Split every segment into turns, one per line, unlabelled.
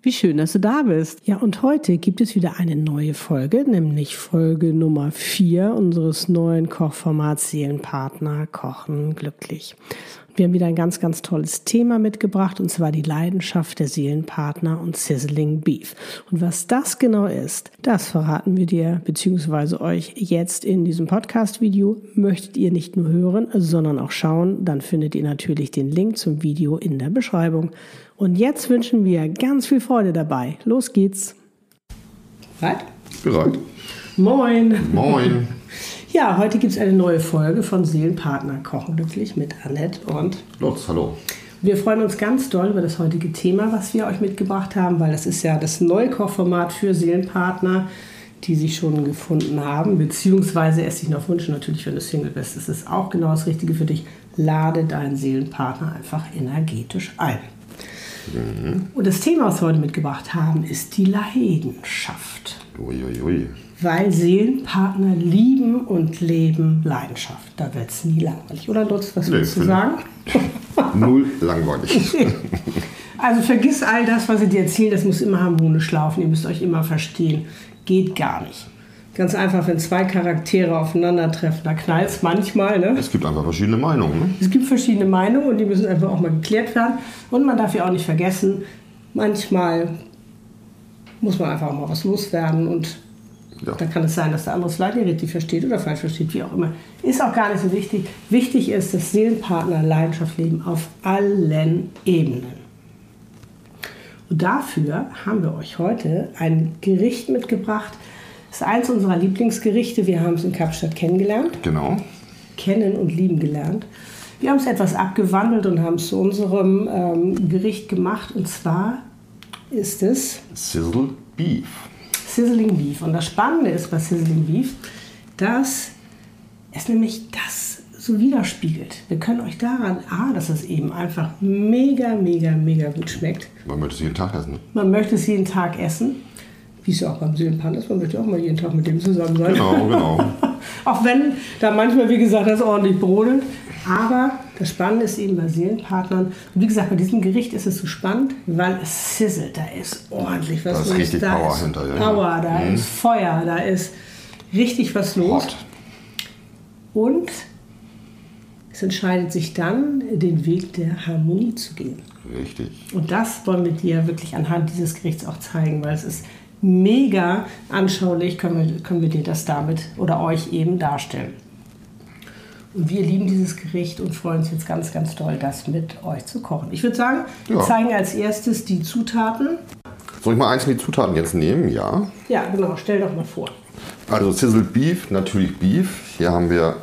Wie schön, dass du da bist. Ja, und heute gibt es wieder eine neue Folge, nämlich Folge Nummer 4 unseres neuen Kochformats Seelenpartner Kochen glücklich. Wir haben wieder ein ganz, ganz tolles Thema mitgebracht, und zwar die Leidenschaft der Seelenpartner und Sizzling Beef. Und was das genau ist, das verraten wir dir bzw. euch jetzt in diesem Podcast-Video. Möchtet ihr nicht nur hören, sondern auch schauen, dann findet ihr natürlich den Link zum Video in der Beschreibung. Und jetzt wünschen wir ganz viel Freude dabei. Los geht's. Bereit?
Bereit.
Moin.
Moin.
Ja, heute gibt es eine neue Folge von Seelenpartner Kochen glücklich mit Annette und
Lutz, hallo.
wir freuen uns ganz doll über das heutige Thema, was wir euch mitgebracht haben, weil das ist ja das Neukochformat für Seelenpartner, die sich schon gefunden haben, beziehungsweise es sich noch wünschen. Natürlich, wenn du Single bist, ist es auch genau das Richtige für dich. Lade deinen Seelenpartner einfach energetisch ein.
Mhm.
Und das Thema, was wir heute mitgebracht haben, ist die Leidenschaft
Uiuiui.
weil Seelenpartner lieben und leben Leidenschaft. Da wird es nie langweilig. Oder Lutz, was
Nee,
willst du
finde
sagen?
Null langweilig.
also vergiss all das, was ich dir erzähle. Das muss immer harmonisch laufen. Ihr müsst euch immer verstehen. Geht gar nicht. Ganz einfach, wenn zwei Charaktere aufeinandertreffen, da knallt es manchmal. Ne?
Es gibt einfach verschiedene Meinungen. Ne?
Es gibt verschiedene Meinungen und die müssen einfach auch mal geklärt werden. Und man darf ja auch nicht vergessen, manchmal muss man einfach auch mal was loswerden und
Ja.
Dann kann es sein, dass der andere es leider richtig versteht oder falsch versteht, wie auch immer. Ist auch gar nicht so wichtig. Wichtig ist, dass Seelenpartner Leidenschaft leben auf allen Ebenen. Und dafür haben wir euch heute ein Gericht mitgebracht. Das ist eins unserer Lieblingsgerichte. Wir haben es in Kapstadt kennengelernt
Genau.
kennen und lieben gelernt. Wir haben es etwas abgewandelt und haben es zu unserem ähm, Gericht gemacht. Und zwar ist es
Sizzle Beef.
Sizzling Beef. Und das Spannende ist bei Sizzling Beef, dass es nämlich das so widerspiegelt. Wir können euch daran, A, dass es eben einfach mega, mega, mega gut schmeckt.
Man möchte es jeden Tag essen.
Man möchte es jeden Tag essen. Wie es ja auch beim Seelenpan ist, man möchte auch mal jeden Tag mit dem zusammen sein.
Genau, genau.
Auch wenn da manchmal, wie gesagt, das ordentlich brodelt. Aber das Spannende ist eben bei Seelenpartnern. Und wie gesagt, bei diesem Gericht ist es so spannend, weil es sizzelt. Da ist ordentlich was
Da ist
los.
richtig
da
Power
ist
hinter, ja, ja.
Power, da ist Feuer, da ist richtig was los.
Hot.
Und es entscheidet sich dann, den Weg der Harmonie zu gehen.
Richtig.
Und das wollen wir dir wirklich anhand dieses Gerichts auch zeigen, weil es ist mega anschaulich, können wir, können wir dir das damit oder euch eben darstellen. Und wir lieben dieses Gericht und freuen uns jetzt ganz, ganz toll, das mit euch zu kochen. Ich würde sagen, wir
Ja.
zeigen als erstes die Zutaten.
Soll ich mal einzelne Zutaten jetzt nehmen? Ja.
Ja, genau, stell doch mal vor.
Also Sizzle Beef, natürlich Beef. Hier haben wir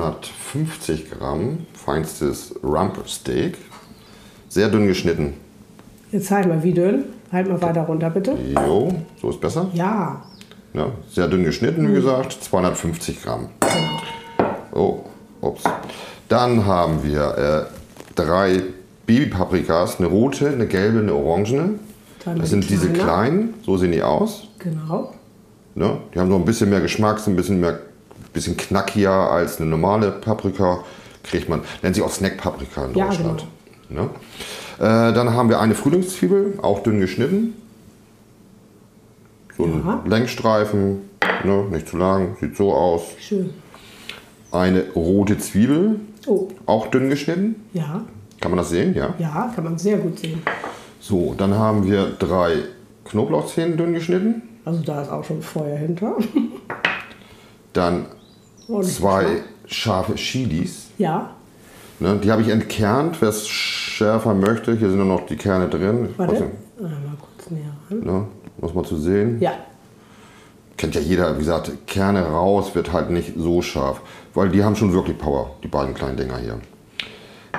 250 Gramm feinstes Rump Steak. Sehr dünn geschnitten.
Jetzt halt mal, wie dünn. Halt mal weiter runter, bitte.
Jo, so ist besser.
Ja,
Ja, sehr dünn geschnitten, wie gesagt, 250 Gramm.
genau,
Oh, ups. Dann haben wir äh, drei Babypaprikas, eine rote, eine gelbe, eine orangene.
Dann
Das
die
sind diese
kleinen.
kleinen, so sehen die aus.
genau.
Ne? Die haben so ein bisschen mehr Geschmack, sind ein bisschen mehr, bisschen knackiger als eine normale Paprika. Kriegt man, nennt sich auch Snack-Paprika in
Ja, genau.
Deutschland. Ne? Äh, dann haben wir eine Frühlingszwiebel, auch dünn geschnitten. So ein
Ja.
Längsstreifen, ne? nicht zu lang, sieht so aus.
Schön.
Eine rote Zwiebel,
Oh,
auch dünn geschnitten.
ja,
Kann man das sehen? Ja.
ja, kann man sehr gut sehen.
So, dann haben wir drei Knoblauchzehen dünn geschnitten.
Also da ist auch schon Feuer hinter.
Dann
Und
zwei scharfe Chilis.
Ja,
Ne, die habe ich entkernt, wer es schärfer möchte. Hier sind nur noch die Kerne drin.
warte.
Trotzdem,
Einmal kurz näher ran.
Ne, muss man zu sehen.
Ja,
Kennt ja jeder, wie gesagt, Kerne raus wird halt nicht so scharf. Weil die haben schon wirklich Power, die beiden kleinen Dinger hier.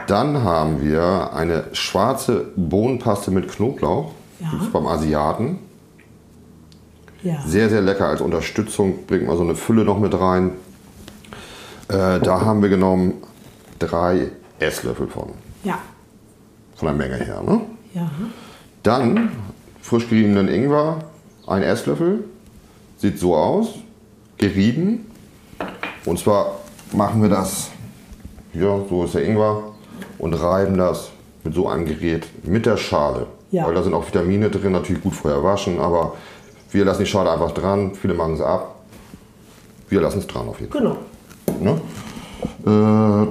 Dann haben wir eine schwarze Bohnenpaste mit Knoblauch.
Ja.
Gibt's beim Asiaten.
ja.
Sehr, sehr lecker als Unterstützung. Bringt mal so eine Fülle noch mit rein. Äh, da haben wir genommen drei Esslöffel von,
Ja.
von der Menge her. Ne?
Ja.
Dann frisch geriebenen Ingwer, ein Esslöffel. Sieht so aus. Gerieben. Und zwar machen wir das, ja, so ist der Ingwer, und reiben das mit so einem Gerät mit der Schale.
Ja.
Weil da sind auch Vitamine drin, natürlich gut vorher waschen, aber wir lassen die Schale einfach dran. Viele machen es ab. Wir lassen es dran auf jeden Fall.
Genau.
Ne?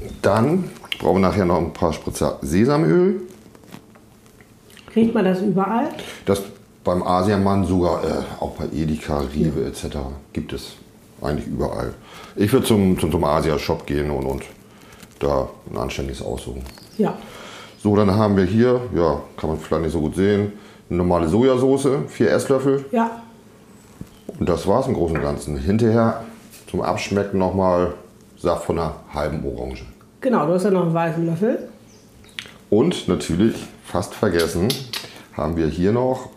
Äh, dann brauchen wir nachher noch ein paar Spritzer Sesamöl.
Kriegt man das überall?
Das beim Asiamann sogar, äh, auch bei Edeka, Rewe etc. gibt es eigentlich überall. Ich würde zum, zum, zum Asia-Shop gehen und, und da ein anständiges aussuchen.
Ja.
So, dann haben wir hier, ja, kann man vielleicht nicht so gut sehen, eine normale Sojasauce, vier Esslöffel.
Ja.
Und das war's im Großen und Ganzen. Hinterher zum Abschmecken nochmal Saft von einer halben Orange.
Genau, du hast ja noch einen weißen Löffel.
Und natürlich, fast vergessen, haben wir hier noch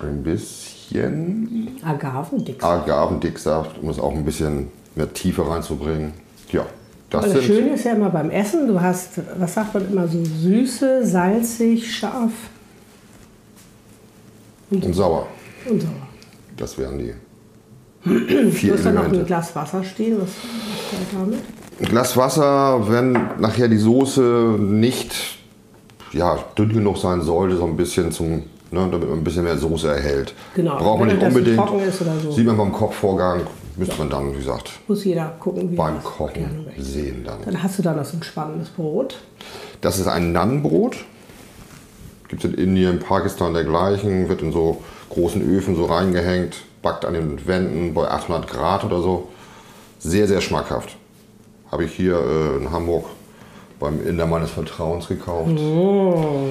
ein bisschen
Agavendicksaft.
Ah, Agavendicksaft, um es auch ein bisschen mehr Tiefe reinzubringen. Ja, das
Aber das
sind
Schöne ist ja immer beim Essen, du hast, was sagt man immer so, süße, salzig, scharf
und sauer.
und sauer.
Das wären die
Du
vier
hast dann noch ein
Elemente.
Glas Wasser stehen, was was kommt damit?
Ein Glas Wasser, wenn nachher die Soße nicht ja, dünn genug sein sollte, so ein bisschen zum, ne, damit man ein bisschen mehr Soße erhält.
Genau,
Braucht man
wenn
nicht
das
unbedingt.
trocken ist oder so.
Sieht man beim Kochvorgang, müsste man dann, wie gesagt,
Muss jeder gucken, wie er
beim
das gerne
Kochen
möchte.
sehen dann.
Dann hast du da noch so ein spannendes Brot.
Das ist ein Nannenbrot. Gibt es in Indien, Pakistan dergleichen. Wird in so großen Öfen so reingehängt. Backt an den Wänden bei 800 Grad oder so. Sehr, sehr schmackhaft. Habe ich hier äh, in Hamburg beim Inder meines Vertrauens gekauft.
Oh.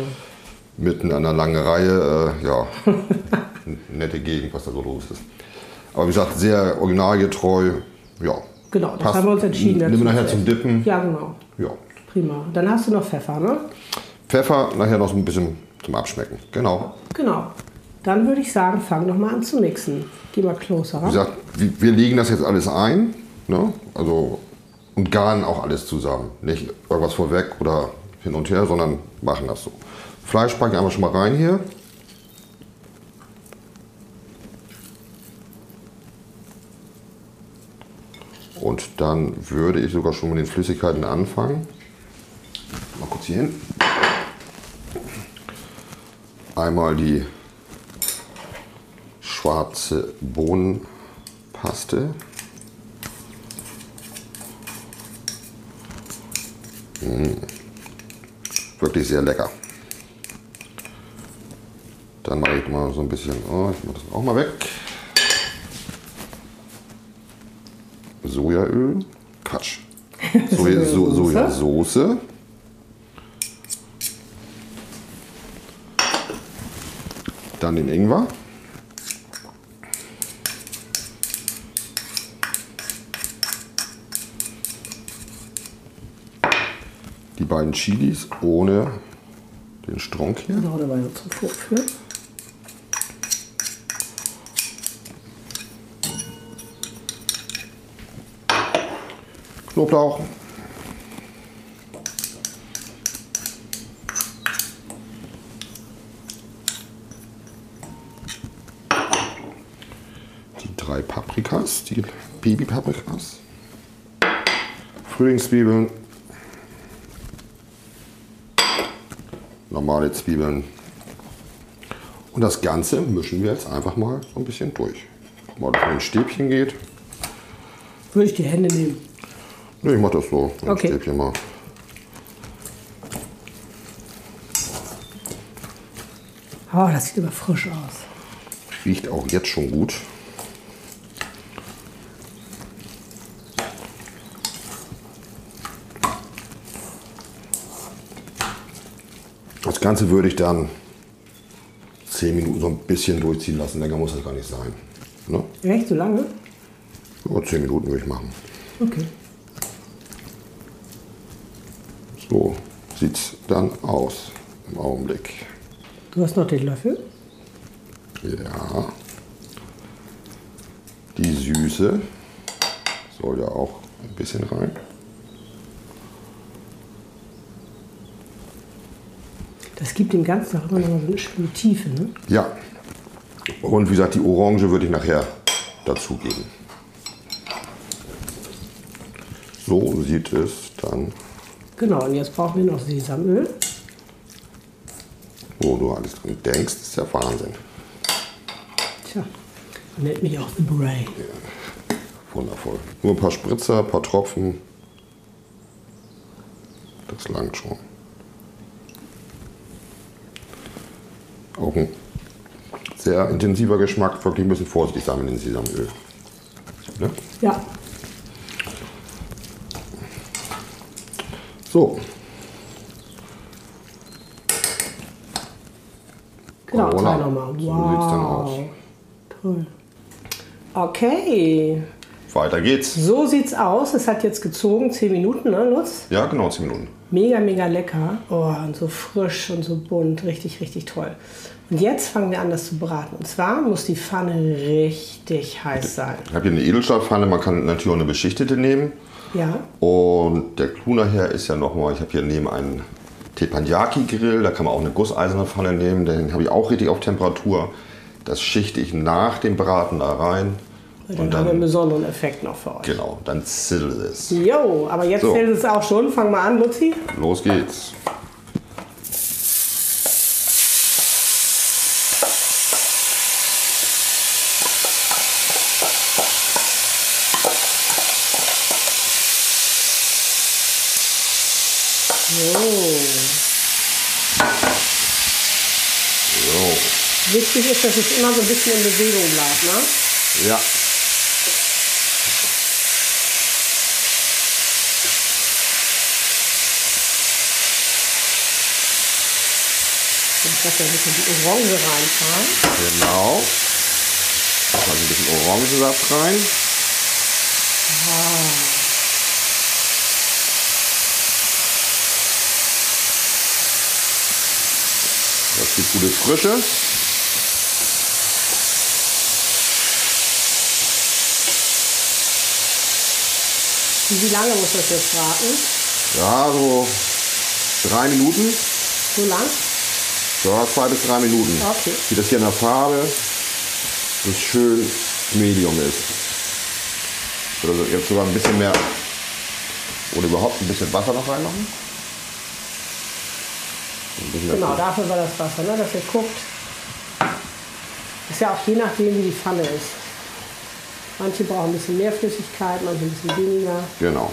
Mitten an einer langen Reihe. Äh, ja, nette Gegend, was da so los ist. Aber wie gesagt, sehr originalgetreu. Ja.
Genau, das haben wir uns entschieden.
Nimm
dazu
nachher
zu
zum
essen.
Dippen.
Ja, genau.
Ja.
Prima. Dann hast du noch Pfeffer, ne?
Pfeffer nachher noch so ein bisschen zum Abschmecken. Genau.
Genau. Dann würde ich sagen, fang doch mal an zu mixen. Geh mal closer.
Wie gesagt, wir wir legen das jetzt alles ein. Ne? Also, und garen auch alles zusammen. Nicht irgendwas vorweg oder hin und her, sondern machen das so. Fleisch packen wir einfach schon mal rein hier. Und dann würde ich sogar schon mit den Flüssigkeiten anfangen. Mal kurz hier hin. Einmal die schwarze Bohnenpaste. Mm. Hm. Wirklich sehr lecker. Dann mache ich mal so ein bisschen. Oh, ich mache das auch mal weg. Sojaöl. Quatsch. Soja, so,
Sojasauce.
Sojasauce. Dann den Ingwer. Die beiden Chilis ohne den Strunk hier.
Genau, da war ja zum Kopf. Ne?
Knoblauch. Die drei Paprikas, die Babypaprikas. Frühlingszwiebeln. Normale Zwiebeln. Und das Ganze mischen wir jetzt einfach mal so ein bisschen durch. Guck mal, ob das mit dem Stäbchen geht.
Würde ich die Hände nehmen.
Nee, ich mach das so. Dann
Okay.
Stäbchen mal.
Oh, das sieht aber frisch aus.
Riecht auch jetzt schon gut. Das Ganze würde ich dann 10 Minuten so ein bisschen durchziehen lassen. Länger muss das gar nicht sein. Ne?
Echt so lange?
Ja, 10 Minuten würde ich machen.
Okay.
So sieht es dann aus im Augenblick.
Du hast noch den Löffel.
Ja. Die Süße soll ja auch Ein bisschen rein.
Das gibt dem Ganzen auch immer noch mal so eine schöne Tiefe. Ne?
Ja. Und wie gesagt, die Orange würde ich nachher dazugeben. So sieht es dann.
Genau, und jetzt brauchen wir noch Sesamöl.
Wo du alles dran denkst, ist ja Wahnsinn.
Tja, man nennt mich auch The Brain.
Wundervoll. Nur ein paar Spritzer, ein paar Tropfen. Das langt schon. Auch ein sehr intensiver Geschmack. Wirklich ein bisschen vorsichtig sein mit dem Sesamöl. Ne?
Ja,
So.
genau,
Voilà.
zwei nochmal.
So sieht's dann
Wow.
aus.
Toll. Okay,
Weiter geht's.
so sieht's aus. Es hat jetzt gezogen, 10 Minuten, ne, Lutz?
Ja, genau, 10 Minuten.
Mega, mega lecker. Oh, und so frisch und so bunt. Richtig, richtig toll. Und jetzt fangen wir an, das zu braten. Und zwar muss die Pfanne richtig heiß sein.
Ich habe hier eine Edelstahlpfanne, man kann natürlich auch eine beschichtete nehmen.
Ja,
Und der Clou nachher ist ja nochmal, ich habe hier neben einen Teppanyaki-Grill, da kann man auch eine gusseiserne Pfanne nehmen, den habe ich auch richtig auf Temperatur. Das schichte ich nach dem Braten da rein
dann,
und
haben wir einen
dann,
besonderen Effekt noch für euch.
genau, dann zittelt es.
Jo, aber jetzt
So.
fällt es auch schon. Fang mal an, Lutzi.
Los geht's.
Jo.
So.
Wichtig ist, dass es immer so ein bisschen in Bewegung bleibt. Ne?
Ja.
Ich lasse ein bisschen die Orange reinfahren.
Genau. Mach mal ein bisschen Orangensaft rein. Das gibt gute Frische.
Und Wie lange muss das jetzt braten?
Ja, so drei Minuten.
So lang?
Ja, zwei bis drei Minuten.
Okay.
Wie das hier in der Farbe so schön Medium ist. Oder so, jetzt sogar ein bisschen mehr oder überhaupt ein bisschen Wasser noch reinmachen. Ein bisschen
Genau, dafür war das Wasser, ne? dass ihr guckt. Ist ja auch je nachdem, wie die Pfanne ist. Manche brauchen ein bisschen mehr Flüssigkeit, manche ein bisschen weniger.
Genau.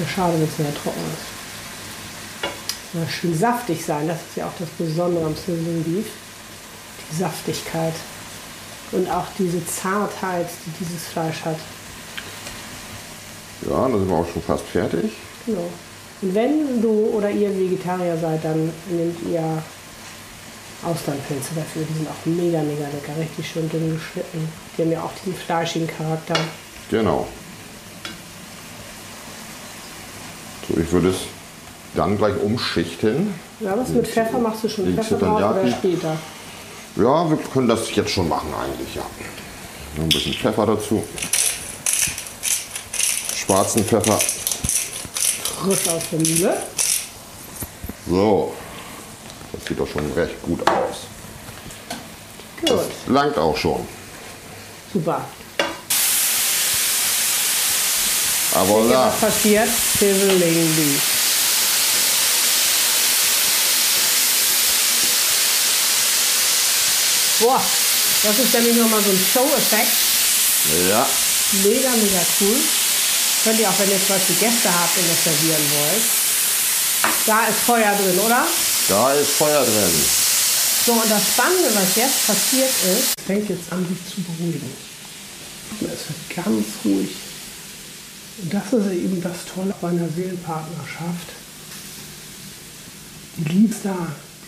Ja, schade, wenn es mehr trocken ist. Ja, schön saftig sein, das ist ja auch das Besondere am Sizzling Beef. Die Saftigkeit und auch diese Zartheit, die dieses Fleisch hat.
Ja, dann sind wir auch schon fast fertig.
Genau. Und wenn du oder ihr Vegetarier seid, dann nehmt ihr Austernpilze dafür. Die sind auch mega, mega lecker. Richtig schön dünn geschnitten. Die haben ja auch diesen fleischigen Charakter.
Genau. So, ich würde es dann gleich umschichten.
Ja, was mit Pfeffer machst du schon?
Den
Pfeffer drauf oder
Zitternjaki.
später?
Ja, wir können das jetzt schon machen eigentlich, ja. Noch ein bisschen Pfeffer dazu. Schwarzen Pfeffer.
Frisch aus der Mühle.
So. Das sieht doch schon recht gut aus. Das
Gut.
langt auch schon.
Super.
Aber
Hier
da,
was passiert? Sizzling Beef. Boah, das ist nämlich nochmal so ein Show-Effekt.
ja,
Mega, mega cool. Könnt ihr auch, wenn ihr zum Beispiel Gäste habt und das servieren wollt. Da ist Feuer drin, oder?
da ist Feuer drin.
So, und das Spannende, was jetzt passiert ist, es fängt jetzt an, sich zu beruhigen. Es wird ganz ruhig. Und das ist eben das Tolle meiner Seelenpartnerschaft. Die Liebe ist da,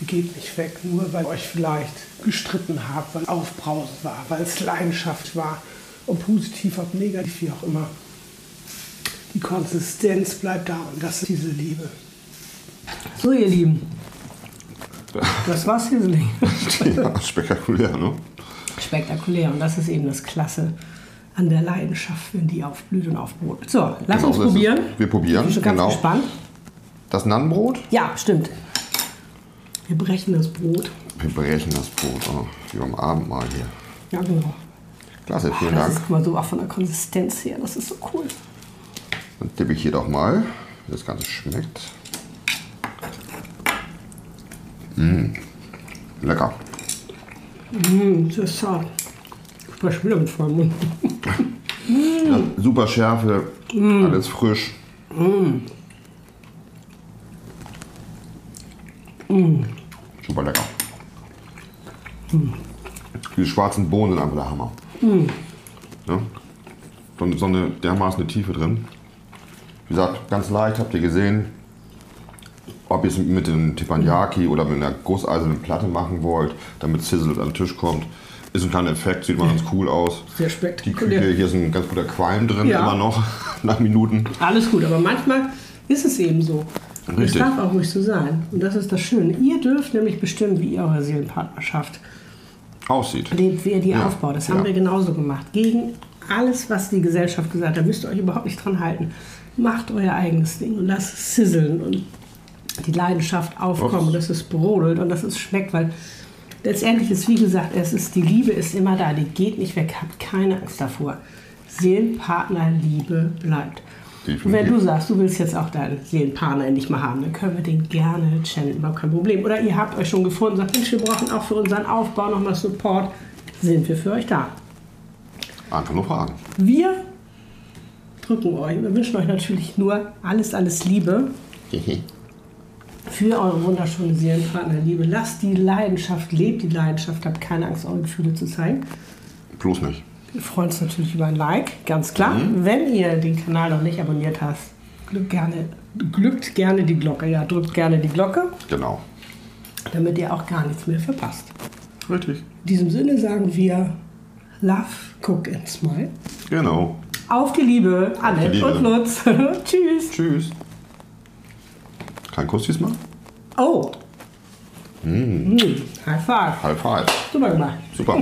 die geht nicht weg, nur weil ihr euch vielleicht gestritten habt, weil Aufbrausen war, weil es Leidenschaft war, ob positiv, ob negativ, wie auch immer. Die Konsistenz bleibt da und das ist diese Liebe. So, ihr Lieben. Das war's hier so
Ja, spektakulär, ne?
Spektakulär und das ist eben das Klasse an der Leidenschaft, wenn die aufblüht und aufbrot. So, lass
Genau,
uns
so ist es.
probieren.
Wir probieren,
Ich bin schon ganz
genau.
gespannt.
Das Nannenbrot?
Ja, stimmt. Wir brechen das Brot.
Wir brechen das Brot. Oh, wie beim Abendmahl hier.
Ja, genau.
Klasse, vielen
das
Dank.
ist guck mal so auch von der Konsistenz her. Das ist so cool.
Dann tippe ich hier doch mal, wie das Ganze schmeckt. Mmh, lecker.
Das ist zart. Ich spreche wieder mit vollem Mund.
Ja, super Schärfe,
Mm.
alles frisch.
Mm.
Super lecker. Diese schwarzen Bohnen sind einfach der Hammer.
Mm.
Ja? So, so eine dermaßen eine Tiefe drin. Wie gesagt, ganz leicht, habt ihr gesehen. Ob ihr es mit dem Teppanyaki oder mit einer gusseisernen Platte machen wollt, damit Sizzle an den Tisch kommt. Ist ein kleiner Effekt, sieht mal ganz cool aus.
Sehr
Die Küche,
spektakulär.
hier ist ein ganz guter Qualm drin,
Ja.
immer noch, nach Minuten.
Alles gut, aber manchmal ist es eben so. Und Es
Richtig.
darf auch ruhig so sein. Und das ist das Schöne. Ihr dürft nämlich bestimmen, wie ihr eure Seelenpartnerschaft
Aussieht.
lebt, wie ihr die
Ja.
aufbaut. Das haben
Ja.
wir genauso gemacht. Gegen alles, was die Gesellschaft gesagt hat. Da müsst ihr euch überhaupt nicht dran halten. Macht euer eigenes Ding und lasst es sizzlen und die Leidenschaft aufkommen,
Ups.
dass es brodelt und dass es schmeckt, weil letztendlich ist, wie gesagt, es ist, die Liebe ist immer da, die geht nicht weg, habt keine Angst davor. Seelenpartnerliebe bleibt.
Definitiv.
Und wenn du sagst, du willst jetzt auch deinen Seelenpartner endlich mal haben, dann können wir den gerne channeln, überhaupt kein Problem. Oder ihr habt euch schon gefunden, sagt, Mensch, wir brauchen auch für unseren Aufbau nochmal Support, sind wir für euch da.
Einfach nur fragen.
Wir drücken euch, wir wünschen euch natürlich nur alles, alles Liebe für eure wunderschöne Seelenpartnerliebe. Lasst die Leidenschaft, lebt die Leidenschaft, habt keine Angst, eure Gefühle zu zeigen.
Bloß nicht.
Wir freuen uns natürlich über ein Like, ganz klar. Wenn ihr den Kanal noch nicht abonniert habt, glückt gerne, glückt gerne die Glocke, ja, drückt gerne die Glocke,
Genau.
damit ihr auch gar nichts mehr verpasst.
Richtig.
In diesem Sinne sagen wir Love, Cook and Smile.
Genau.
Auf die Liebe, Annette
Liebe.
und Lutz. Tschüss.
Tschüss. Kein Kuss diesmal?
Oh. Mm. High five.
Halb, halb.
Super gemacht.
Super.